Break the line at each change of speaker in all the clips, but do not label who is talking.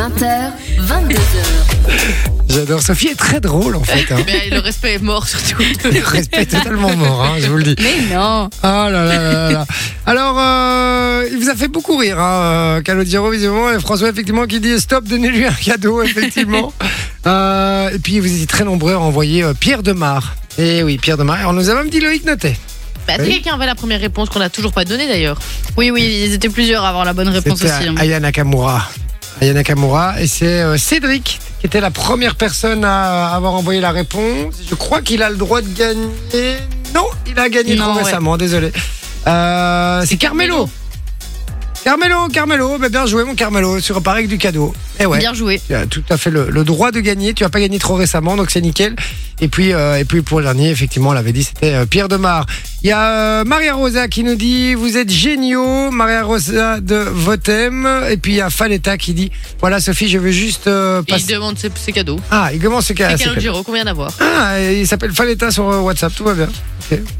20h, 22h.
J'adore. Sophie est très drôle en fait. hein.
Mais le respect est mort surtout.
Le respect est totalement mort, hein, je vous le dis.
Mais non
Oh là là là là là. Alors, euh, il vous a fait beaucoup rire, hein, euh, Calogero, visiblement. Et François, effectivement, qui dit stop, donnez-lui un cadeau, effectivement. Euh, et puis, vous étiez très nombreux à envoyer euh, Pierre Demar. Et oui, Pierre Demar. Et on nous a même dit Loïc Notet.
Bah, si
Oui.
quelqu'un avait la première réponse qu'on n'a toujours pas donnée d'ailleurs.
Oui, oui, ils étaient plusieurs à avoir la bonne réponse
C'était
aussi. hein.
Aya Nakamura. Aya Nakamura. Et c'est euh, Cédric qui était la première personne à avoir envoyé la réponse. Je crois qu'il a le droit de gagner. Non, il a gagné
Non,
trop
ouais.
récemment, désolé. Euh, c'est Carmelo. Carmelo, Carmelo, bah, bien joué mon Carmelo, sur pareil avec du cadeau. Et ouais,
Bien joué.
tu as tout à fait le, le droit de gagner, tu n'as pas gagné trop récemment, donc c'est nickel. Et puis, euh, et puis pour le dernier, effectivement, on l'avait dit, c'était euh, Pierre Demar. Il y a euh, Maria Rosa qui nous dit Vous êtes géniaux, Maria Rosa de Votem. Et puis il y a Faletta qui dit Voilà, Sophie, je veux juste euh,
Et il
passer.
demande ses, ses cadeaux.
Ah, il commence ce cas.
Et
c'est clair.
Calogero, combien d'avoir
Ah, et il s'appelle Faletta sur euh, WhatsApp, tout va bien.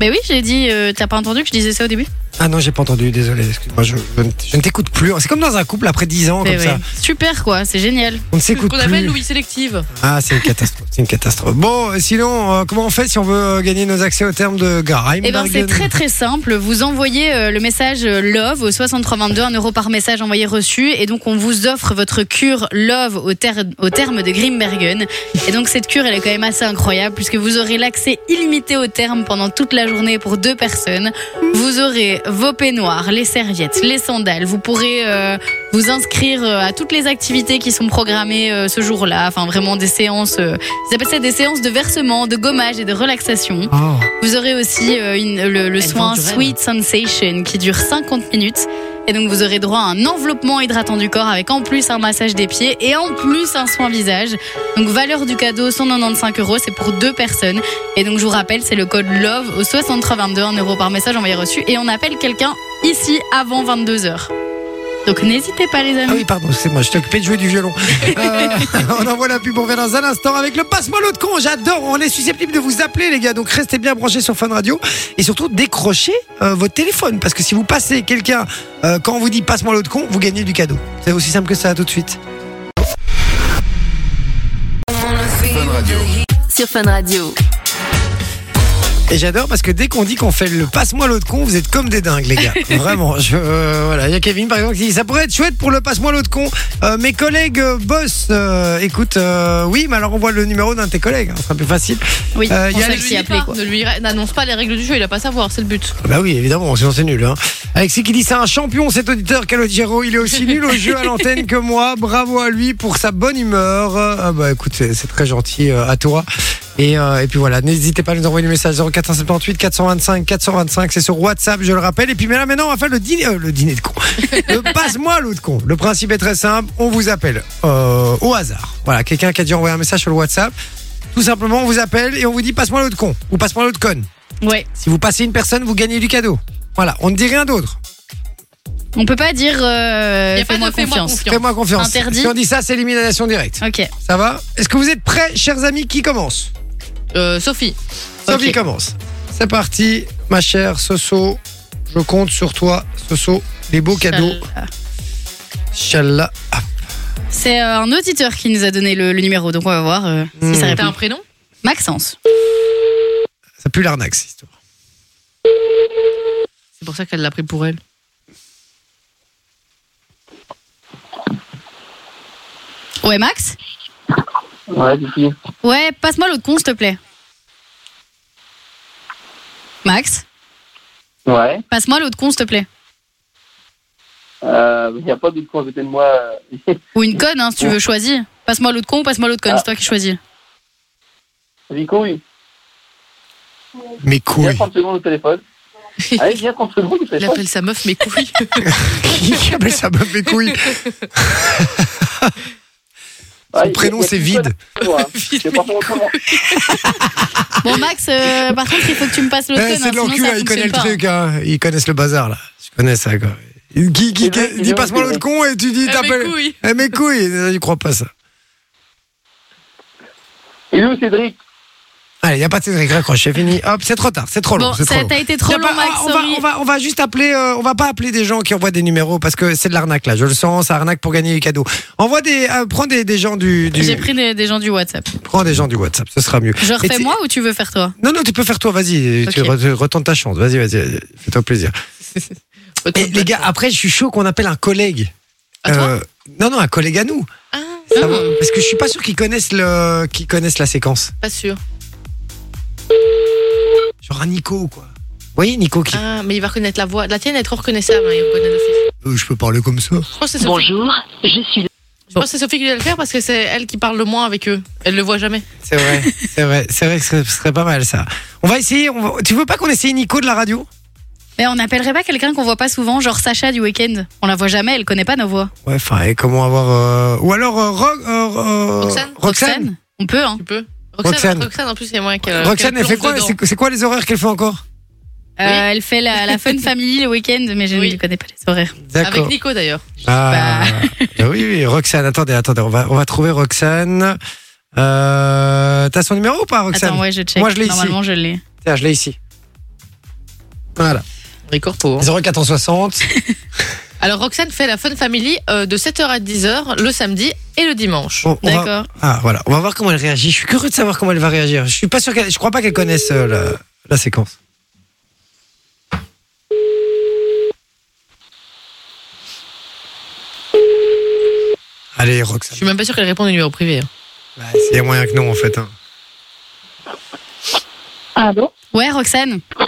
Mais oui, j'ai dit, euh, t'as pas entendu que je disais ça au début
Ah non, j'ai pas entendu, désolé, excuse-moi, je, je ne- je ne t'écoute plus. C'est comme dans un couple après 10 ans, comme
Mais
ça.
Eh ouais. Super quoi, c'est génial.
On ne
C'est ce
s'écoute
qu'on
plus.
appelle Louis Sélective.
Ah, c'est une catastrophe. c'est une catastrophe. Bon, euh, sinon, euh, comment on fait si on veut euh, gagner nos accès au terme de Garheim
Eh ben c'est
Bergen
très très simple. Vous envoyez euh, le message euh, Love au 6322, un euro par message envoyé reçu, et donc on vous offre votre cure Love au, ter- au terme de Grimbergen. Et donc cette cure elle est quand même assez incroyable puisque vous aurez l'accès illimité au terme pendant toute la journée pour deux personnes. Vous aurez vos peignoirs, les serviettes, les sandales. Vous pourrez euh, vous inscrire euh, à toutes les activités qui sont programmées euh, ce jour-là. Enfin vraiment des séances. euh, ils appellent ça des séances de versement, de gommage et de relaxation.
Oh.
Vous aurez aussi euh, une- le, le soin
vend du rêve.
Sweet Sensation qui dure 50 minutes. Et donc vous aurez droit à un enveloppement hydratant du corps avec en plus un massage des pieds et en plus un soin visage. Donc valeur du cadeau 195 euros, c'est pour deux personnes. Et donc je vous rappelle, c'est le code LOVE au 6322, 1 euro par message envoyé reçu. Et on appelle quelqu'un ici avant 22h. Donc n'hésitez pas les
Ah
amis.
oui, pardon, c'est moi, je t'ai occupé de jouer du violon. Euh, on envoie la pub, on revient dans un instant avec le passe-moi l'autre con, j'adore, on est susceptible de vous appeler les gars, donc restez bien branchés sur Fun Radio et surtout décrochez euh, votre téléphone, parce que si vous passez quelqu'un euh, quand on vous dit passe-moi l'autre con, vous gagnez du cadeau. C'est aussi simple que ça, à tout de suite.
Sur Fun Radio.
Et j'adore parce que dès qu'on dit qu'on fait le passe-moi l'autre con, vous êtes comme des dingues, les gars. Vraiment. Je, euh, voilà. Il y a Kevin, par exemple, qui dit ça pourrait être chouette pour le passe-moi l'autre con. Euh, mes collègues euh, boss, euh, écoute, euh, oui, mais alors on voit le numéro d'un de tes collègues. hein, Ce sera plus facile.
Oui,
Euh, il y
on
a
sait
les-
qui appeler, quoi.
Ne lui n'annonce pas les règles du jeu, il a pas à savoir, c'est le but.
Ah Bah oui, évidemment, sinon c'est nul. Hein. Alexis qui dit c'est un champion, cet auditeur Calogero. Il est aussi nul au jeu à l'antenne que moi. Bravo à lui pour sa bonne humeur. Ah bah écoute, c'est c'est très gentil euh, à toi. Et, euh, et puis voilà, n'hésitez pas à nous envoyer le message 0478 425 425. C'est sur WhatsApp, je le rappelle. Et puis mais là, maintenant, on va faire le dîner, euh, le dîner de con. Le passe-moi l'autre con. Le principe est très simple. On vous appelle euh, au hasard. Voilà, quelqu'un qui a déjà envoyé un message sur le WhatsApp. Tout simplement, on vous appelle et on vous dit passe-moi l'autre con ou passe-moi l'autre conne.
Ouais.
Si vous passez une personne, vous gagnez du cadeau. Voilà, on ne dit rien d'autre.
On peut pas dire
Il
euh,
n'y a pas
fais-moi
de fais-moi
confiance.
confiance.
Fais-moi confiance.
Interdit.
Si on dit ça, c'est élimination directe.
Ok.
Ça va Est-ce que vous êtes prêts, chers amis Qui commence
Euh, Sophie,
Sophie commence. C'est parti, ma chère Soso. Je compte sur toi, Soso. Les beaux cadeaux. Inch'Allah. Ah,
Euh, C'est euh, un auditeur qui nous a donné le, le numéro, donc on va voir euh,
Hmm.
si ça
t'as
répond.
un prénom
Maxence.
ça pue l'arnaque, cette histoire.
C'est pour ça qu'elle l'a pris pour elle.
Ouais, Max
Ouais, Titi.
Ouais, passe-moi l'autre con, s'il te plaît. Max,
Ouais.
passe-moi l'autre con, s'il te plaît.
Il n'y Euh, a pas d'autre con à côté de moi. euh,
Ou une conne, hein, si tu veux, choisis. Passe-moi l'autre con ou passe-moi l'autre conne,
Ah.
c'est toi qui choisis.
Vas-y, couille.
Mes
Viens
couilles.
30 secondes au téléphone. Allez, viens 30 secondes au
Il
téléphone.
appelle sa meuf mes couilles.
Qui appelle ça meuf mes couilles
Son
prénom, c'est Vide.
C'est pas pour autrement.
Bon, Max, euh, par contre, il faut que tu me passes l'autre
Eh,
conne,
C'est
hein,
de
sinon
l'enculé,
ça
ils connaissent
fonctionne
le
pas.
truc. hein. Ils connaissent le bazar, là. Je connais ça, quoi. Qui, qui, qui-
C'est vrai, c'est
dit
vrai,
passe-moi
c'est
l'autre con et tu dis
Eh, mes
t'appelles.
couilles.
Eh, mes couilles, je crois pas ça.
Et nous, Cédric
Allez, il n'y a pas de Cédric, raccroche, c'est fini. Hop, c'est trop tard, c'est trop long.
Bon,
c'est trop
ça
long.
t'as été
Y
trop
a
long,
pas-
Max.
ah, on, va,
sorry.
on, va, on va juste appeler, euh, on va pas appeler des gens qui envoient des numéros parce que c'est de l'arnaque là, je le sens, ça arnaque pour gagner les cadeaux. Envoie des, euh, prends des, des gens du, du-
J'ai pris des, des gens du WhatsApp.
prends des gens du WhatsApp, ce sera mieux.
Je
Et
refais
tu-
moi ou tu veux faire toi
Non, non, tu peux faire toi, vas-y, tu
Ok.
re- retente ta chance, vas-y, vas-y, vas-y, fais-toi plaisir. Et les gars, après, je suis chaud qu'on appelle un collègue.
À toi
Euh, non, non, un collègue à nous.
Ah,
Ça va Parce que je suis pas sûr qu'ils connaissent le, qu'ils connaissent la séquence.
pas sûr.
Genre un Nico, quoi. Vous voyez, Nico qui.
Ah, mais il va reconnaître la voix. La tienne est trop reconnaissable. hein, il reconnaît d'office.
Euh, je peux parler comme ça.
Je pense que c'est Sophie.
Bonjour, je suis
Je pense que c'est Sophie qui doit le faire parce que c'est elle qui parle le moins avec eux. Elle le voit jamais.
C'est vrai, c'est vrai, c'est vrai que ce serait pas mal ça. On va essayer. on va- Tu veux pas qu'on essaye Nico de la radio
Mais on n'appellerait pas quelqu'un qu'on voit pas souvent, genre Sacha du week-end. On la voit jamais, elle connaît pas nos voix.
Ouais, enfin, et comment avoir euh, ou alors euh, Ro- euh, euh,
Roxane
Roxane.
On peut, hein.
Tu peux. Roxane,
Roxane.
Roxane. en plus, c'est moi qui. euh,
Roxane,
qui
elle fait
plonge
quoi
dedans.
C'est c'est quoi les horaires qu'elle fait encore
Euh, Elle fait la, la fun family le week-end, mais je
Oui.
ne connais pas les horaires.
Avec
D'accord.
Nico d'ailleurs.
Ah, bah oui, oui, Roxane. Attendez, attendez, on va on va trouver Roxane. Euh, T'as son numéro ou pas, Roxane
Attends, ouais, je check.
Moi, je l'ai ici.
Normalement, je l'ai.
Tiens, je l'ai ici. Voilà.
Ricorpo.
0460.
hein. Alors Roxane fait la Fun Family euh, de 7h à 10h le samedi et le dimanche.
On- on va-
D'accord.
Ah voilà, on va voir comment elle réagit. Je suis curieux de savoir comment elle va réagir. Je suis pas sûr qu'elle, je crois pas qu'elle connaisse euh, la, la séquence. Allez
Je
Roxane,
suis même pas sûre qu'elle réponde au numéro privé. hein.
Bah, c'est moyen que non en fait. hein.
Allô
Ouais, Roxane,
Ah,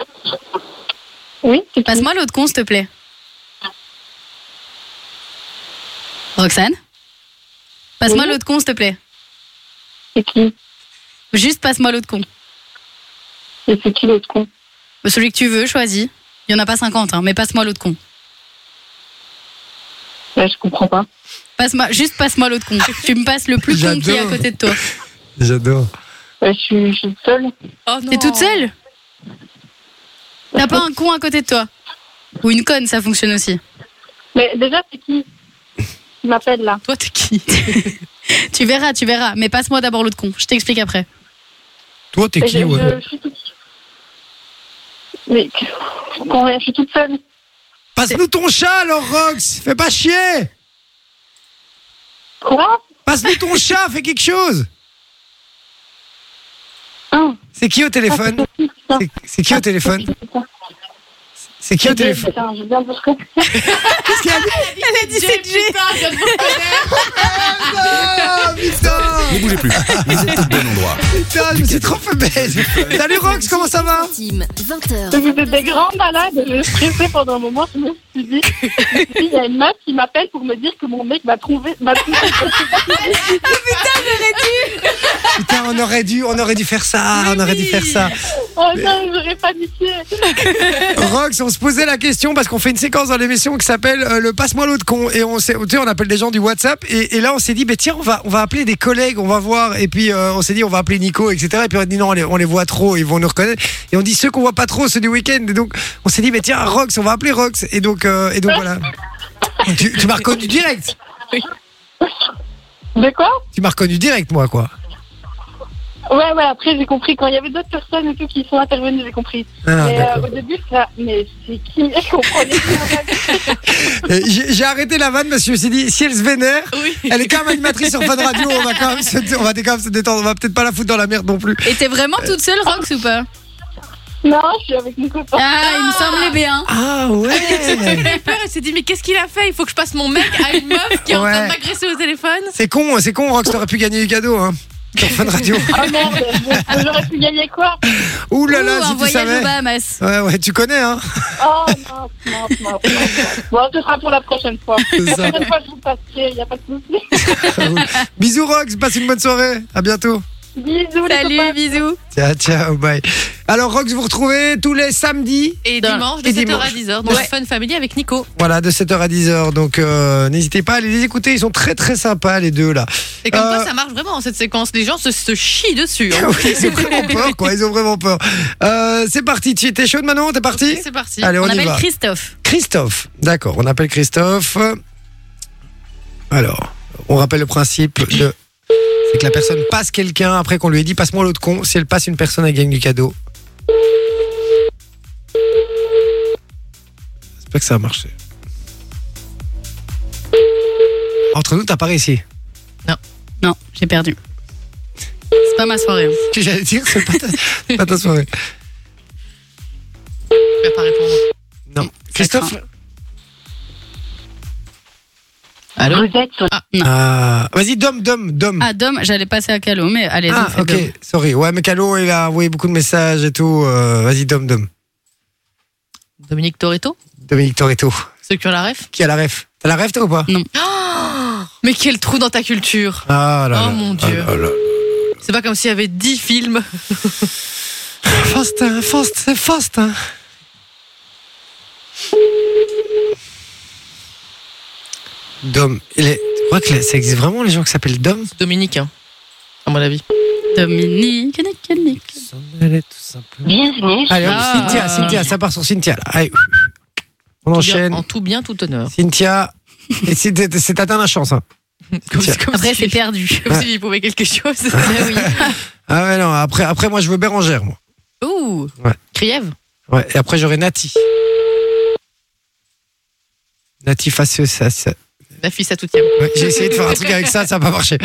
Oui, c'est qui
passe-moi l'autre con, s'il te plaît. Roxane Passe-moi
Oui
l'autre con, s'il te plaît.
C'est qui
Juste passe-moi l'autre con. Bah,
Et c'est qui l'autre con
Celui que tu veux, choisis. Il y en a pas 50, hein, mais passe-moi l'autre con.
Là, je comprends pas.
Passe-moi, juste passe-moi l'autre con. tu me passes le plus con qui est à
J'adore.
côté de toi.
J'adore.
Là, je, suis, je suis seule.
Oh
T'es toute seule T'as pas un con à côté de toi Ou une conne, ça fonctionne aussi.
Mais déjà, c'est qui qui m'appelle là
Toi, t'es qui
Tu verras, tu verras. Mais passe-moi d'abord l'autre con. Je t'explique après.
Toi t'es
Mais je,
qui ouais
je- je suis toute... Mais que- je comprends rien, je suis toute seule.
Passe-nous ton chat alors Rox, fais pas chier.
Quoi
Passe-nous ton chat, fais quelque chose.
Hein
C'est qui au téléphone
Ah, c'est qui, putain.
C'est- C'est qui au téléphone
Putain,
C'est qui au téléphone
putain, je viens de vous recon-
Qu'est-ce qu'il y a
Elle a dit c'est
Ah, putain
Ne bougez plus, vous êtes au bon endroit.
Putain, je me suis trop fait baiser. Salut Rox, comment ça va
Team, 20h.
Vous êtes des grands malades. Je suis stressée pendant un moment. Je me suis dit, je me suis dit, il y a une meuf qui m'appelle pour me dire que mon mec m'a trouvé. m'a trouvé.
Putain, on aurait dû, on aurait dû faire ça, on aurait dû faire ça.
Oh non, j'aurais paniqué.
Rox, on se posait la question parce qu'on fait une séquence dans l'émission qui s'appelle euh, le passe-moi l'autre con et on s'est, tu sais, on appelle des gens du WhatsApp et, et là on s'est dit, ben tiens, on va, on va appeler des collègues, on va voir et puis euh, on s'est dit, on va appeler Nico, etc. Et puis on a dit non, on les, on les voit trop, ils vont nous reconnaître et on dit ceux qu'on voit pas trop, ceux du week-end. Et donc on s'est dit, ben tiens, Rox, on va appeler Rox et donc, euh, et donc voilà. Tu, tu m'as reconnu direct,
De quoi
tu m'as reconnu direct moi quoi.
Ouais, ouais, après j'ai compris. Quand il y avait d'autres personnes et tout qui sont intervenues, j'ai compris.
Ah,
mais
d'accord.
euh, au début, j'étais là, mais c'est qui Je comprenais pas.
Et Euh, J'ai j'ai arrêté la vanne parce que je me suis dit, si elle se vénère, elle est quand même animatrice sur Fun Radio, on va quand même se, on va quand même se détendre, on va peut-être pas la foutre dans la merde non plus.
Et t'es vraiment toute seule, Rox, ou pas
Non, je suis avec mon copain.
Ah, il me semblait bien.
Ah ouais
Elle a eu peur, elle s'est dit mais qu'est-ce qu'il a fait Il faut que je passe mon mec à une meuf qui est en train
Ouais.
de m'agresser au téléphone.
C'est con, hein, c'est con, Rox, t'aurais pu gagner du cadeau, hein. Sur Fun Radio.
Oh merde, je- j'aurais pu gagner quoi
Ouh Oh là là,
Ou un
si tu
voyage
savais.
aux Bahamas.
Ouais, ouais, tu connais, hein.
Oh mince, mince, mince, mince. Bon, ce sera pour la prochaine fois.
C'est
La
ça.
prochaine fois, je vous passerai, il n'y a pas de souci.
Bisous, Rox, passe une bonne soirée. À bientôt.
Bisous, les copains.
Salut, bisous.
Ciao, ciao, bye. Alors, Rox, vous retrouvez tous les samedis.
Et dimanche de
Et
7h
dimanche.
à 10h dans la Fun Family avec Nico.
Voilà, de 7h à 10h. Donc, euh, n'hésitez pas à aller les écouter. Ils sont très, très sympas, les deux, là.
Et comme
Euh,
quoi ça marche vraiment hein, cette séquence. Les gens se, se chient dessus. hein.
Oui, ils ont vraiment peur, quoi. Ils ont vraiment peur. Euh, c'est parti. Tu étais chaude, Manon T'es parti
C'est parti.
Allez, on,
On
y
appelle
va.
Christophe.
Christophe. D'accord, on appelle Christophe. Alors, on rappelle le principe de c'est que la personne passe quelqu'un après qu'on lui ait dit passe-moi l'autre con. Si elle passe une personne, elle gagne du cadeau. J'espère que ça a marché. Entre nous, t'as pas réussi.
Non, j'ai perdu. C'est pas ma soirée. hein.
Ce que j'allais dire, c'est pas ta, c'est pas ta soirée.
Je vais pas répondre.
Non. Christophe
Allô
Vous êtes sur
Ah, Vas-y, Dom, Dom, Dom.
Ah, Dom, j'allais passer à Calo, mais allez,
Ah,
Dom, fais
ok,
Dom.
sorry. Ouais, mais Calo, il a envoyé beaucoup de messages et tout. Euh, Vas-y, Dom, Dom.
Dominique Toretto
Dominique Toretto.
Ceux qui ont la ref
Qui a la ref T'as la ref, toi, ou pas
Mais quel trou dans ta culture
Ah là
Oh
là.
mon dieu.
Ah là là.
C'est pas comme s'il y avait 10 films.
Faustin, Faustin, Faustin. Dom. Il est... Tu crois que ça existe vraiment, les gens qui s'appellent Dom
Dominique, hein, à mon avis.
Dominique, Nick, Nick.
Allez, tout simplement.
Bienvenue.
Allez, hop,
Ah.
Cynthia, Cynthia, ça part sur Cynthia. là. Allez. On
Tout bien-
enchaîne.
en tout bien, tout honneur.
Cynthia, et c'est c'est ta dernière chance. Hein.
Comme,
Tiens.
si- comme
Après, c'est
si,
perdu.
comme s'il pouvait quelque chose. Ben
oui.
Ah ouais, non, après, après moi je veux Bérangère. Moi.
Ouh
Ouais.
Kriève
Ouais, et après j'aurai Nati. Nati face ça. ça.
La fille, ça tout aime.
Ouais, J'ai essayé de faire un truc avec ça, ça n'a pas marché.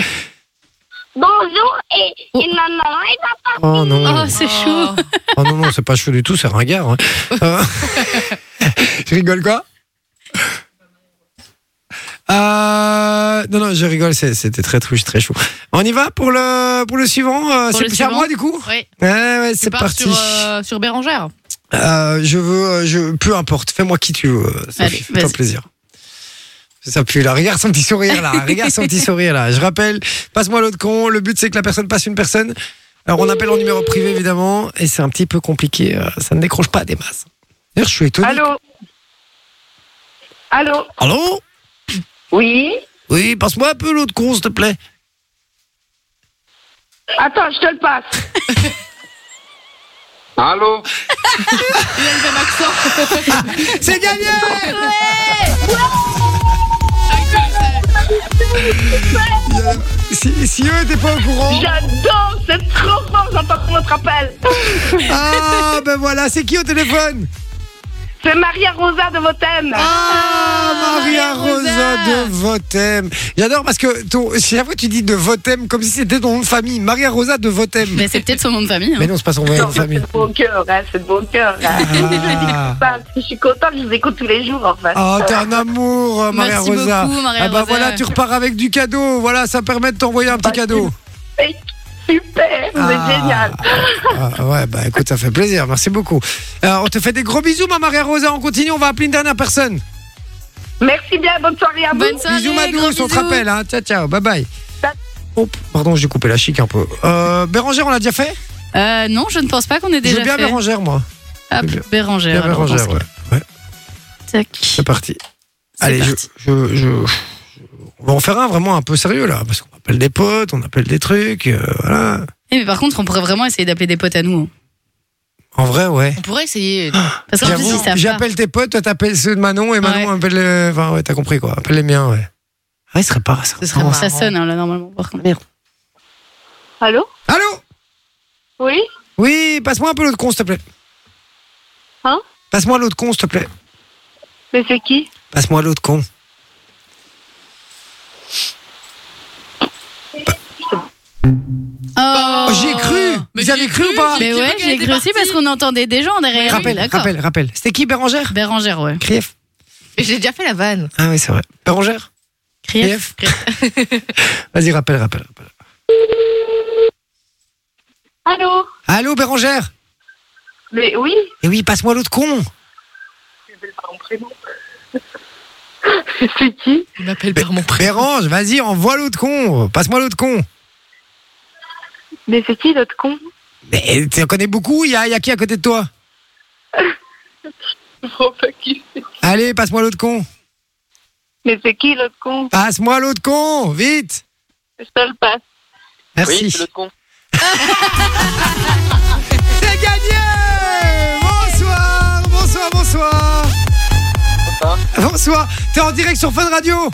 Bonjour et, et maman et
Oh non,
Oh, c'est chaud.
oh non, non, c'est pas chaud du tout, c'est ringard. hein. Euh, je rigole quoi Euh, non, non, je rigole, c'est- c'était très truche, très chaud. On y va pour le, pour le suivant euh,
Pour
C'est
le
c'est à
suivant
moi du coup
Ouais,
Ouais, ouais,
tu
c'est
pars
parti.
Sur, euh, sur Bérangère.
Euh, je veux, euh, je, peu importe, fais-moi qui tu veux. euh,
Allez,
Sophie, fais-toi
vas-y.
plaisir. Ça pue là, regarde son petit sourire là, regarde son petit sourire là. Je rappelle, passe-moi l'autre con. Le but c'est que la personne passe une personne. Alors on appelle en numéro privé évidemment et c'est un petit peu compliqué. euh, Ça ne décroche pas des masses. D'ailleurs, je suis étonné.
Allô Allô
Allô
Oui
Oui, passe-moi un peu l'autre con, s'il te plaît.
Attends, je te le passe.
Allô
C'est gagné Il y a- si, si eux n'étaient pas au courant.
J'adore, c'est trop fort, j'entends votre appel.
Ah ben voilà, c'est qui au téléphone
C'est Maria Rosa de Votène.
Ah, Maria Rosa de Votem. J'adore parce que ton, chaque fois tu dis de Votem comme si c'était ton nom de famille. Maria Rosa de Votem.
Mais c'est peut-être son nom de famille. hein.
Mais non, c'est pas son vrai nom de
c'est
famille.
de bon cœur, hein, c'est de bon cœur. hein.
Ah,
Parce que Bah, Je suis contente, je vous écoute tous les jours en fait.
oh, t'es un amour, euh, Maria
Merci
Rosa.
beaucoup, Maria
ah bah
Rosa. Bah,
voilà, tu repars avec du cadeau. Voilà, ça permet de t'envoyer un petit cadeau.
C'est Super, vous êtes
Ah.
génial.
Ah, ouais, bah écoute, ça fait plaisir. Merci beaucoup. Euh, on te fait des gros bisous, ma Maria Rosa. On continue, on va appeler une dernière personne.
Merci bien, bonne soirée à vous.
Bonne soirée.
bisous, ma
gros
douce, on te
bisous.
rappelle. Hein. Ciao, ciao, bye bye.
Bye.
Oh, pardon, j'ai coupé la chic un peu. Euh, Bérangère, on l'a déjà fait
Euh, non, je ne pense pas qu'on ait
Je
déjà
veux bien
fait.
Bérangère, moi.
Hop,
bien.
Bérangère.
Bien
alors, on
Bérangère,
pense-
ouais.
Tac.
C'est parti. Allez, je-
parti.
Je, je- on va en faire un vraiment un peu sérieux, là, parce qu'on appelle des potes, on appelle des trucs, euh, voilà.
Eh, mais par contre, on pourrait vraiment essayer d'appeler des potes à nous. hein.
En vrai, ouais.
On pourrait essayer.
Parce qu'en plus,
J'avoue,
ils savent pas.
J'appelle tes potes, toi t'appelles ceux de Manon, et Manon
Ouais.
appelle les... Enfin, ouais, t'as compris, quoi. Appelle les miens, ouais. Ah, il serait pas... ça.
Ce serait
Bon,
marrant.
ça sonne hein, là normalement. Par contre.
Allô
Allô
Oui
Oui, passe-moi un peu l'autre con, s'il te plaît.
Hein
Passe-moi l'autre con, s'il te plaît.
Mais c'est qui
Passe-moi l'autre con.
Oh,
Oh, j'y ai cru
Mais
Vous avez
j'y ai
cru ou pas
j'ai
Mais
cru
ouais,
qu'elle
j'ai
était
cru aussi parce
partie.
qu'on entendait des gens derrière.
Rappelle,
D'accord.
rappelle, rappelle. C'était qui, Bérangère
Bérangère, ouais.
Krief.
Mais J'ai déjà fait la vanne.
Ah oui, c'est vrai. Bérangère
Krief.
Vas-y, rappelle, rappelle, rappelle.
Allô
Allô, Bérangère
Mais oui
Et Eh oui, passe-moi l'autre con
C'est qui
Il m'appelle par mon prénom.
Bérange, vas-y, envoie l'autre con Passe-moi l'autre con
Mais c'est qui l'autre con
Mais eh, tu en connais beaucoup, il y a, il y a qui à côté de toi
Oh,
Allez, passe-moi l'autre con
Mais c'est qui l'autre con
Passe-moi l'autre con Vite
Je te le passe.
Merci
Oui, c'est le con.
C'est gagné Bonsoir Bonsoir, bonsoir
Bonsoir.
Bonsoir T'es en direct sur Fun Radio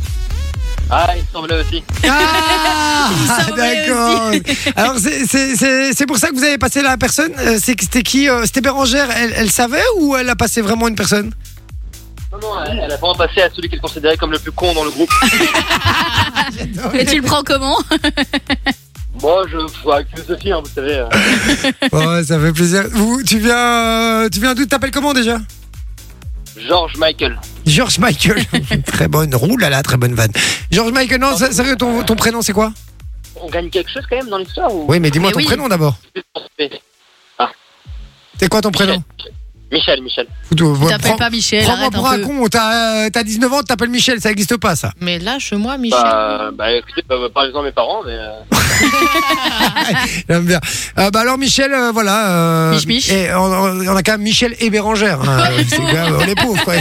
Ah, il semblait aussi.
Ah
désormais
d'accord. Alors, c'est- c'est c'est- c'est pour ça que vous avez passé la personne Euh, c'est que C'était qui euh, C'était Bérangère, elle, elle savait ou elle a passé vraiment une personne
Non, non, elle, elle a vraiment passé à celui qu'elle considérait comme le plus con dans le groupe.
Et tu le prends comment
Moi, je vois avec philosophie, hein, vous savez. euh.
Ouais, Oh, ça fait plaisir. Vous, tu viens, euh, tu viens d'où T'appelles comment déjà
George Michael.
George Michael. très bonne roule là, très bonne vanne. George Michael, non, c'est- sérieux, ton, ton prénom c'est quoi
On gagne quelque chose quand même dans l'histoire ou
Oui, mais dis-moi
Mais
ton
oui. Ah.
prénom d'abord. C'est quoi ton prénom
Michel, Michel.
Tu
Prends-
t'appelles pas Michel,
Prends-moi
arrête
pour un,
un peu.
con, t'as euh, t'as 19 ans, t'appelles Michel, ça n'existe pas ça.
Mais lâche-moi, Michel.
Bah, bah écoutez, bah, bah, parlez-en à mes parents, mais. euh,
J'aime bien. Euh, bah alors Michel, euh, voilà. euh,
Mich, mich.
Et on, on a quand même Michel et Bérangère. hein, c'est quand même- on est pauvres quoi.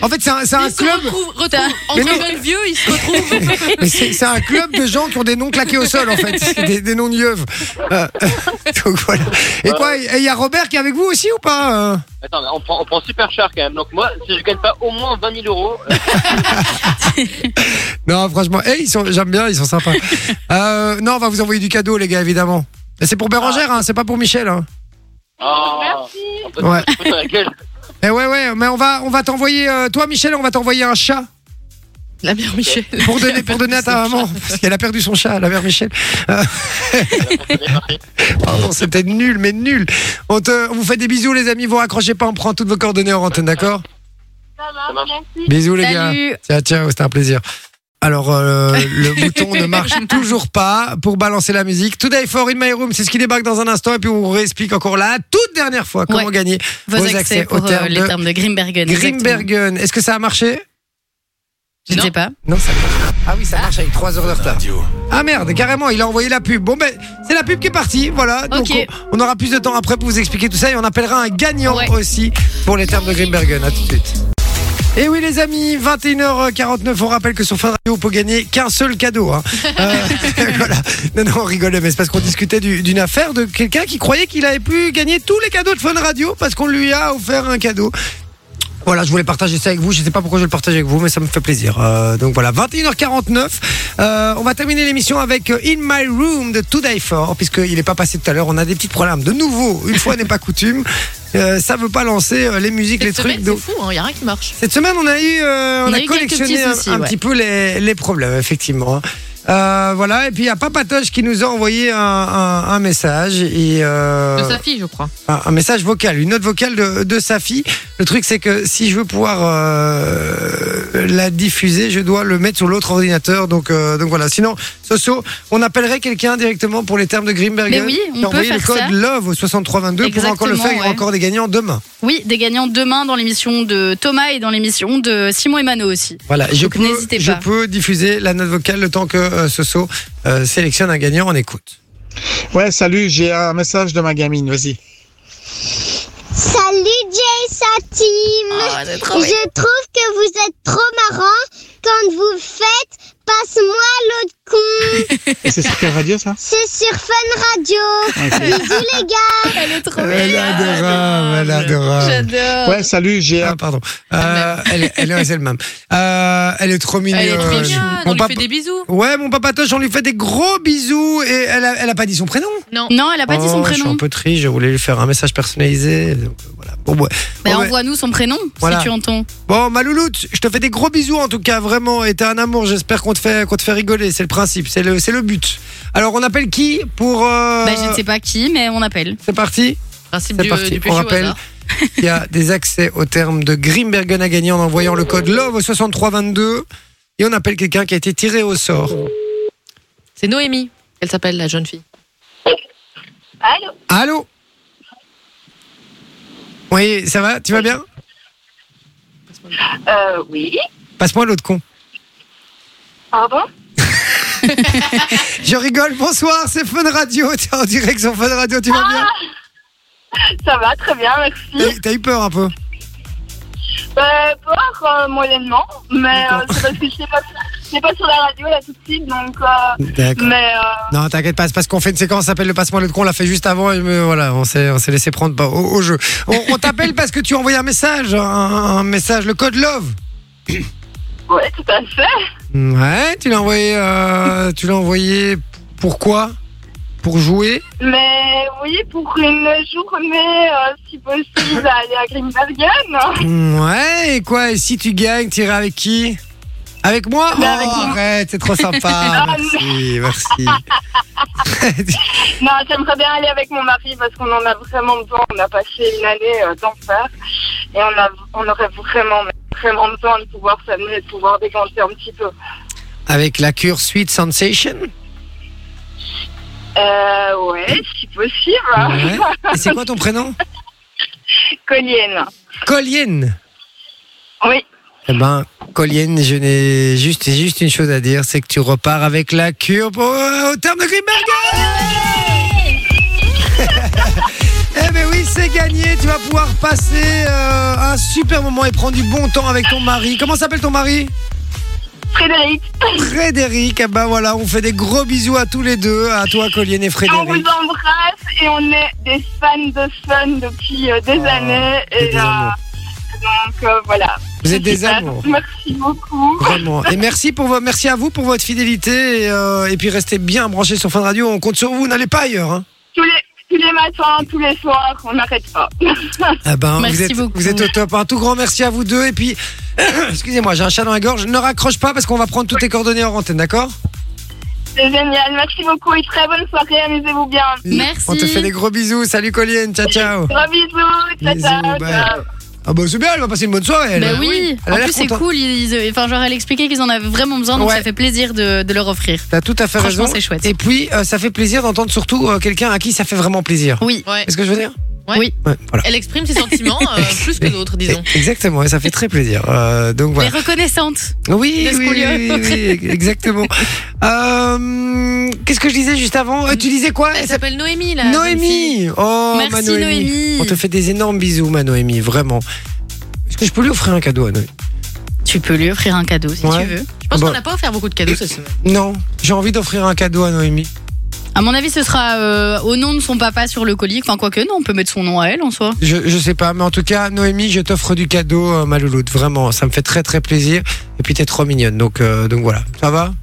En fait, c'est un, c'est un
Ils se
club.
retrouvent, retrouvent
Mais
entre
non.
jeunes vieux, ils se retrouvent.
Mais c'est c'est un club de gens qui ont des noms claqués au sol en fait, C'est des, des noms de yeuves. Euh, donc voilà. Et quoi et Il y a Robert qui est avec vous aussi ou pas euh
Attends, mais on prend, on prend super cher quand même. Donc moi, si je gagne pas au moins 20 000 euros, euh,
Non, franchement, eh, ils sont, j'aime bien, ils sont sympas. Euh, non, on va vous envoyer du cadeau les gars, évidemment. Et C'est pour Bérangère, hein, c'est pas pour Michel. Hein.
ah, on peut
Ouais.
se foutre dans la gueule.
Eh ouais, ouais, mais on va, on va t'envoyer, euh, toi Michel, on va t'envoyer un chat.
La mère Michel.
pour donner, pour donner à ta maman, parce qu'elle a perdu son chat, la mère Michel. Euh, Pardon, c'était nul, mais nul. On, te, on vous fait des bisous, les amis. Vous raccrochez pas, on prend toutes vos coordonnées en antenne, d'accord
Ça
marche.
marche, merci.
Bisous, les gars.
Salut
Ciao, ciao, c'était un plaisir. Alors, euh, le bouton ne marche toujours pas pour balancer la musique. Today for In My Room, c'est ce qui débarque dans un instant. Et puis, on vous réexplique encore la toute dernière fois comment
Ouais.
gagner
Vos accès, pour
au
euh,
terme
les
de
termes de Grimbergen. exactement.
Grimbergen. Est-ce que ça a marché
Je ne
Non.
sais pas.
Non, ça marche. Ah oui, ça marche avec 3 heures de retard.
Radio.
Ah merde, carrément, il a envoyé la pub. Bon ben, c'est la pub qui est partie, voilà. Donc
Ok.
on, on aura plus de temps après pour vous expliquer tout ça et on appellera un gagnant
Ouais.
aussi pour les termes de Grimbergen. À tout de suite. Et oui les amis, 21h49, on rappelle que sur Fun Radio, on peut gagner qu'un seul cadeau. hein. Euh, voilà. Non, non, on rigolait, mais c'est parce qu'on discutait du- d'une affaire de quelqu'un qui croyait qu'il avait pu gagner tous les cadeaux de Fun Radio parce qu'on lui a offert un cadeau. Voilà, je voulais partager ça avec vous. Je ne sais pas pourquoi je le partage avec vous, mais ça me fait plaisir. Euh, donc voilà, 21h49. Euh, on va terminer l'émission avec euh, In My Room de Today For, puisqu'il n'est pas passé tout à l'heure. On a des petits problèmes. De nouveau, une fois n'est pas coutume. Euh, ça veut pas lancer euh, les musiques, les
Cette
trucs.
semaine,
donc-
c'est fou, il n'y a rien qui marche.
cette semaine, on a eu, euh, on,
On
a,
a eu quelques
collectionné
petits
un,
soucis,
un
ouais.
petit peu les, les problèmes, effectivement. Euh, voilà, et puis il y a Papatoche qui nous a envoyé un, un- un message et euh,
De sa fille, je crois.
un, un message vocal, une note vocale de, de sa fille. Le truc, c'est que si je veux pouvoir euh, la diffuser, je dois le mettre sur l'autre ordinateur. Donc, euh, donc voilà. Sinon, Soso, on appellerait quelqu'un directement pour les termes de Grimbergen.
Mais oui,
Qui
on
a
peut
envoyé le
faire
code
ça.
LOVE au 6322 pour encore le
Exactement,
faire. Il y aura
ouais.
encore des gagnants demain.
Oui, des gagnants demain dans l'émission de Thomas et dans l'émission de Simon et Mano aussi.
Voilà, je
Donc,
peux,
n'hésitez
je
pas.
peux diffuser la note vocale le temps que euh, Soso euh, sélectionne un gagnant. On écoute.
Ouais, salut, j'ai un message de ma gamine, vas-y.
Salut Jay sa team
Ah,
Je trouve que vous êtes trop marrant quand vous faites Passe-moi l'autre con
Et c'est sur quelle radio ça
C'est sur Fun Radio Bisous les gars
Elle est trop
Elle est adorable, elle est adorable.
J'adore.
Ouais, salut, j'ai
Ah,
un...
pardon. Euh, elle, est- elle est, c'est le même. Euh, elle est trop mignonne.
Elle est trop mignonne,
Mon
on lui
papa-
fait des bisous.
Ouais, mon papa Toche, on lui fait des gros bisous et elle a, elle a pas dit son prénom.
Non, elle a pas dit son
Oh, Je suis
prénom.
un peu triste, je voulais lui faire un message personnalisé. donc, euh, voilà. Bon, ouais. Bon,
Bah,
ouais.
envoie-nous son prénom
Voilà.
si tu entends.
Bon, ma louloute, je te fais des gros bisous en tout cas, vraiment. Et t'es un amour, j'espère qu'on te, fait- qu'on te fait rigoler. C'est le principe, c'est le, c'est le but. Alors, on appelle qui pour. euh,
Bah, je ne sais pas qui, mais on appelle.
C'est parti.
Principe
C'est
du, euh,
parti.
du
On
péché au
rappelle
hasard.
qu'il y a des accès au terme de Grimbergen à gagner en envoyant le code LOVE au 6322. Et on appelle quelqu'un qui a été tiré au sort.
C'est Noémie. Elle s'appelle la jeune fille.
Allô
Allô Oui, ça va Tu vas bien
Euh, oui.
Passe-moi l'autre con.
Pardon
Je rigole, bonsoir, c'est Fun Radio. T'es en direct sur Fun Radio, tu vas bien
Ça va, très bien,
T'as-
merci.
T'as eu peur un peu
Euh, peur, euh, moyennement, mais euh,
D'accord.
c'est parce que je n'ai pas, je n'étais pas sur la radio là tout de suite, donc... euh,
D'accord.
mais euh,
Non, t'inquiète pas, c'est parce qu'on fait une séquence qui s'appelle le passe-moi le con, on l'a fait juste avant et euh, voilà, on s'est, on s'est laissé prendre par- au, au jeu. On, on t'appelle parce que tu as envoyé un message, un, un message, le code LOVE.
ouais, tout à fait.
Ouais, tu l'as envoyé, euh, tu l'as envoyé Pourquoi Pour jouer
Mais oui, pour une journée, euh, si possible, à aller à Grimbergen.
Ouais, et quoi Et si tu gagnes, t'iras avec qui Avec moi Oh,
Mais Bah, avec moi.
arrête, c'est trop sympa.
Ah,
merci, merci.
Non, j'aimerais bien aller avec mon mari parce qu'on en a vraiment besoin. On a passé une année euh, d'enfer et on, a, on aurait vraiment, mais vraiment besoin de pouvoir s'amener et de pouvoir décanter un petit peu.
avec la cure Sweet Sensation
Euh, ouais, si possible.
Ouais. Et c'est quoi ton prénom
Colline.
Colienne.
Oui.
Eh ben, Colienne, je n'ai juste, j'ai juste une chose à dire, c'est que tu repars avec la cure pour- euh, au terme de Grimbergen Eh ben oui, c'est gagné, tu vas pouvoir passer euh, un super moment et prendre du bon temps avec ton mari. Comment s'appelle ton mari
Frédéric,
Frédéric. Eh ben voilà, on fait des gros bisous à tous les deux, à toi Colienne et
on vous
Frédéric.
embrasse et on est des fans de fun depuis euh, des
Ah,
années.
t'es
Et
des
euh,
amours.
donc euh, voilà.
Vous êtes des
Super.
amours.
Merci beaucoup.
Vraiment. Et merci, pour vo- merci à vous pour votre fidélité. Et, euh, et puis restez bien branchés sur Fun Radio. On compte sur vous. N'allez pas ailleurs. Hein.
Tous les, tous les matins, tous les soirs, on n'arrête pas.
Ah ben, vous,
Merci
êtes,
beaucoup.
vous êtes au top. Un tout grand merci à vous deux. Et puis, excusez-moi, j'ai un chat dans la gorge. Ne raccroche pas parce qu'on va prendre toutes tes coordonnées hors antenne, d'accord
C'est génial. Merci beaucoup et très bonne soirée. Amusez-vous bien.
Merci.
On te fait des gros bisous. Salut, Colienne. Ciao, ciao.
Gros bisous. Ciao,
Bisous,
ciao,
bye.
ciao.
Ah ben, c'est bien. Elle va passer une bonne soirée. elle.
Bah oui,
Elle a
en
l'air
plus c'est
contente.
cool, ils, ils- enfin genre elle expliquait qu'ils en avaient vraiment besoin, donc
Ouais.
ça fait plaisir de, de leur offrir.
T'as tout à fait
Franchement
raison.
c'est chouette.
Et puis, euh, ça fait plaisir d'entendre surtout euh, quelqu'un à qui ça fait vraiment plaisir.
Oui,
Ouais.
Est-ce que je veux dire
Ouais.
Oui.
Ouais, voilà.
Elle exprime ses sentiments euh, plus que d'autres, disons.
Exactement, et ça fait très plaisir. Euh, donc
mais
voilà.
reconnaissante.
Oui,
De ce
oui,
qu'on lui a
oui, oui, oui, exactement. Euh, Qu'est-ce que je disais juste avant Euh, Tu disais quoi
Elle s'appelle Noémie, là.
Noémie Oh, ma
Merci
Noémie.
Noémie.
On te fait des énormes bisous, ma Noémie, vraiment. Est-ce que je peux lui offrir un cadeau à Noémie
Tu peux lui offrir un cadeau si
Ouais.
tu veux.
Je pense
Bon.
qu'on n'a pas offert beaucoup de cadeaux cette semaine.
Non, j'ai envie d'offrir un cadeau à Noémie.
À mon avis ce sera euh, au nom de son papa sur le colis, enfin quoique non, on peut mettre son nom à elle en soi.
Je, je sais pas, mais en tout cas, Noémie, je t'offre du cadeau, euh, ma louloute. Vraiment, ça me fait très très plaisir. Et puis t'es trop mignonne, donc, euh, donc voilà. Ça va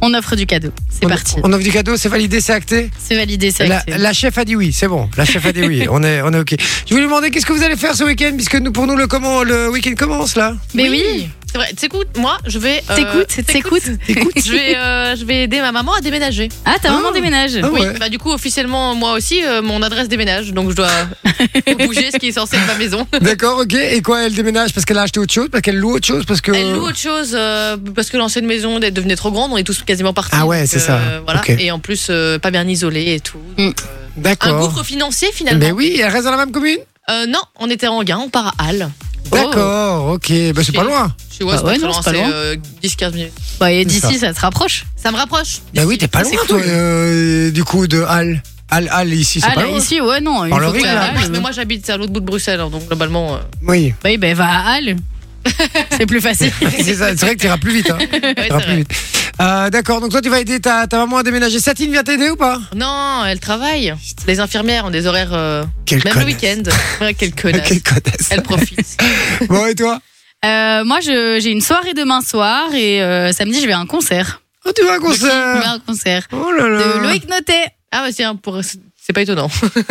On offre du cadeau, c'est
On-
parti.
On offre du cadeau, c'est validé, c'est acté
C'est validé, c'est
La,
acté.
la chef a dit oui, c'est bon. La chef a dit oui, on est, on est ok. Je voulais demander qu'est-ce que vous allez faire ce week-end, puisque nous, pour nous, le, comment, le week-end commence là.
Mais oui,
C'est vrai. T'écoutes, moi, je vais. euh,
t'écoutes, t'écoutes.
Je vais, euh, je vais aider ma maman à déménager.
Ah, ta
Ah.
maman déménage.
Ah
Oui,
ouais.
bah du coup officiellement moi aussi euh, mon adresse déménage donc je dois bouger ce qui est censé être ma maison.
D'accord, ok. Et quoi, elle déménage parce qu'elle a acheté autre chose, parce qu'elle loue autre chose, parce que.
Elle loue autre chose euh, parce que l'ancienne maison est devenue trop grande, on est tous quasiment partis.
Ah ouais,
donc,
c'est ça.
Voilà.
Ok.
Et en plus euh, pas bien isolé et tout.
Mm.
Donc, euh, un
D'accord. Eh ben.
gouffre financier finalement.
Mais oui, elle reste dans la même commune.
Euh, non, on était en gain, on part à Halle. Oh.
D'accord, ok. Bah, c'est pas loin.
Tu vois,
Bah
c'est pas
ouais,
très
non,
loin,
c'est pas
c'est,
loin.
euh, 10-15 minutes.
Bah, et
C'est
d'ici, ça te rapproche.
Ça me rapproche.
Bah oui, t'es pas
Ça,
loin,
c'est
toi,
cool.
euh, du coup, de Halle. Halle, Halle ici, c'est
Ah,
pas
là,
loin.
ici, ouais, non. Une
Par le
fois que
Oui,
Ouais,
t'as-
là,
ouais,
je-
mais moi j'habite à l'autre bout de Bruxelles, hein, donc globalement. euh,
Oui,
Oui, ben, va à Halle. c'est plus facile.
c'est ça. C'est vrai que t'iras plus vite. Hein.
ouais, c'est
T'iras plus
vrai.
vite. Euh, D'accord, donc toi, tu vas aider ta, ta maman à déménager. Satine vient t'aider ou pas
Non, elle travaille. Les infirmières ont des horaires euh,
Quelle
même le
connasse.
week-end. Ouais, quelle connasse.
Quelle connasse.
Elle profite.
Bon, et toi
Euh, moi, je- j'ai une soirée demain soir et euh, samedi, je vais à un concert.
Oh, tu vas à un
Je vais à
concert
un concert.
Oh là là
De Loïc Notet.
Ah bah tiens, pour... c'est pas étonnant.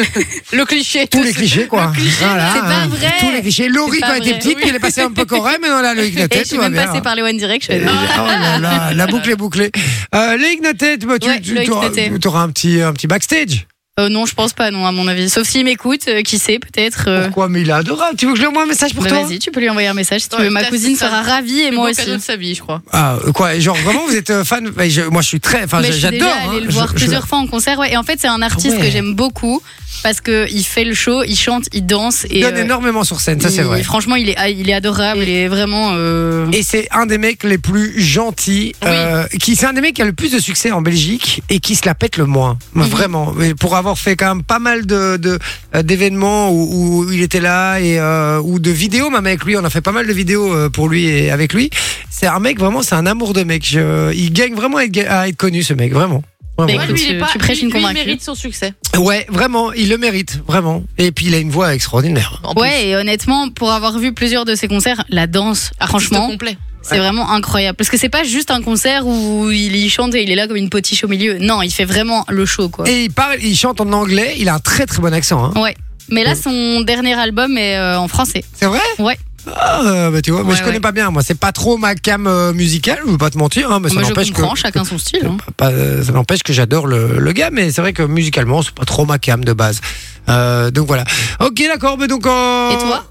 le cliché.
Tous les clichés, quoi. Voilà,
c'est pas
hein.
vrai.
Tous les clichés. Laurie,
C'est
quand
pas
elle était
vrai.
petite,
Oui.
elle est passée un peu corée, mais non, là, Loïc
Et
Notet,
Eh, je
tout
suis
va
même
bien.
passée par les One
hein. Et-
Direction.
Oh là là, la boucle est bouclée. Euh, Loïc Notet, bah, tu,
Ouais,
tu-
Loïc
t'auras-
Notet.
t'auras un petit, un petit backstage.
Euh, non, je pense pas, non, à mon avis. Sauf s'il m'écoute, euh, qui sait, peut-être. euh,
Pourquoi Mais il est adorable. Tu veux que je lui envoie un message pour
bah,
toi
Vas-y, tu peux lui envoyer un message si tu
Ouais,
veux. Ma
peut-être
cousine
c'est ça.
sera ravie et
Le
moi
beau
aussi.
cadeau de sa vie, je crois.
Ah, euh, quoi Genre, vraiment, vous êtes euh, fan Bah, je- Moi, je suis très. Enfin,
Mais je suis
j'adore.
déjà allée
hein.
le voir
Je- je-
plusieurs fois en concert. ouais. Et en fait, c'est un artiste
ouais.
que j'aime beaucoup parce que il fait le show, il chante, il danse
Il
et
donne
euh,
énormément sur scène, ça, c'est
il-
vrai.
Franchement, il est, ah, il est adorable, il est vraiment. euh,
Et c'est un des mecs les plus gentils, euh, qui c'est un des mecs qui a le plus de succès en Belgique et qui se la pète le moins, vraiment. Mais Pour avoir fait quand même pas mal de de- euh, d'événements où, où il était là et euh, ou de vidéos même avec lui, on a fait pas mal de vidéos euh, pour lui et avec lui. C'est un mec vraiment, c'est un amour de mec. Je- il gagne vraiment à être, ga- à être connu ce mec, vraiment. Vraiment.
Mais écoute, tu- tu prêches une
lui, lui, il
convaincue.
mérite son succès.
Ouais, vraiment, il le mérite, vraiment. Et puis il a une voix extraordinaire.
En plus,
Ouais, et honnêtement, pour avoir vu plusieurs de ses concerts, la danse, ah,
artiste
franchement,
complet.
C'est vraiment incroyable. Parce que c'est pas juste un concert où il y chante et il est là comme une potiche au milieu. Non, il fait vraiment le show, quoi.
Et il parle, il chante en anglais, il a un très très bon accent. hein.
Ouais. Mais là, son dernier album est euh, en français.
C'est vrai
Ouais.
Ah, euh, bah, tu vois, moi
Ouais,
je connais
ouais.
pas bien, moi c'est pas trop ma cam euh, musicale, je veux pas te mentir, hein, mais ça
Moi, je
n'empêche que.
comprends, chacun son style. hein.
pas- euh, ça n'empêche que j'adore le, le gars, mais c'est vrai que musicalement, c'est pas trop ma cam de base. Euh, donc voilà. Ok, d'accord, mais donc. euh,
Et toi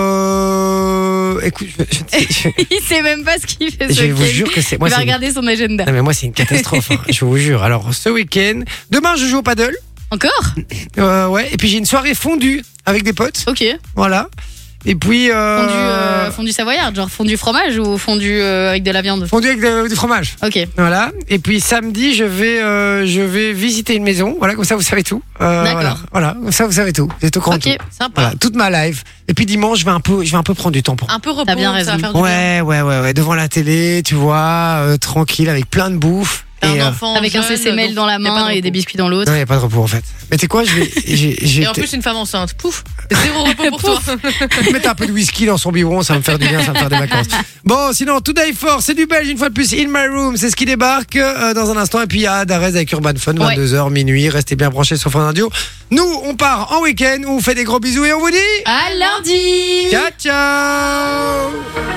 euh, Écoute, je, je-
Il sait même pas ce qu'il fait
je-
ce
je vous
week-end.
jure que c'est.
Il
Moi,
va
c'est une-
regarder son agenda.
non, mais moi, c'est une catastrophe, hein, je vous jure. Alors, ce week-end, demain, je joue au paddle.
Encore
Euh, ouais, et puis j'ai une soirée fondue avec des potes.
Ok.
Voilà. Et puis. euh,
Fondu, euh, fondu savoyard, genre fondu fromage ou fondu euh, avec de la viande
Fondue avec de- du fromage.
Ok.
Voilà. Et puis samedi, je vais, euh, je vais visiter une maison. Voilà, comme ça, vous savez tout. Euh,
D'accord.
Voilà, voilà, comme ça, vous savez tout. Vous êtes au courant. de
Ok.
tout.
Sympa.
Voilà, toute ma live. Et puis dimanche, je vais un peu, je vais un peu prendre du temps pour.
Un peu repos,
T'as bien
ça va
raison.
faire Ah, du bien.
Ouais, ouais, ouais, ouais, devant la télé, tu vois, euh, tranquille, avec plein de bouffe.
T'as
et,
un
euh,
enfant
Avec un
jeune,
CCML
donc
dans la
y a pas
main
de
et des
repos.
biscuits dans l'autre.
non, il n'y a pas de repos en fait. Mais tu sais quoi, je vais. j'ai- j'ai-
Et en plus, une femme enceinte. Pouf Zéro repos pour toi.
Pouf.
mettre un peu de whisky dans son biberon, ça va me faire du bien, ça va me faire des vacances. Bon, sinon, Today For, c'est du belge, une fois de plus, In My Room, c'est ce qui débarque euh, dans un instant. Et puis, à Darez avec Urban Fun,
Ouais.
22h, minuit. Restez bien branchés sur Fun Radio. Nous, on part en week-end, on vous fait des gros bisous et on vous dit.
À lundi
Ciao, ciao!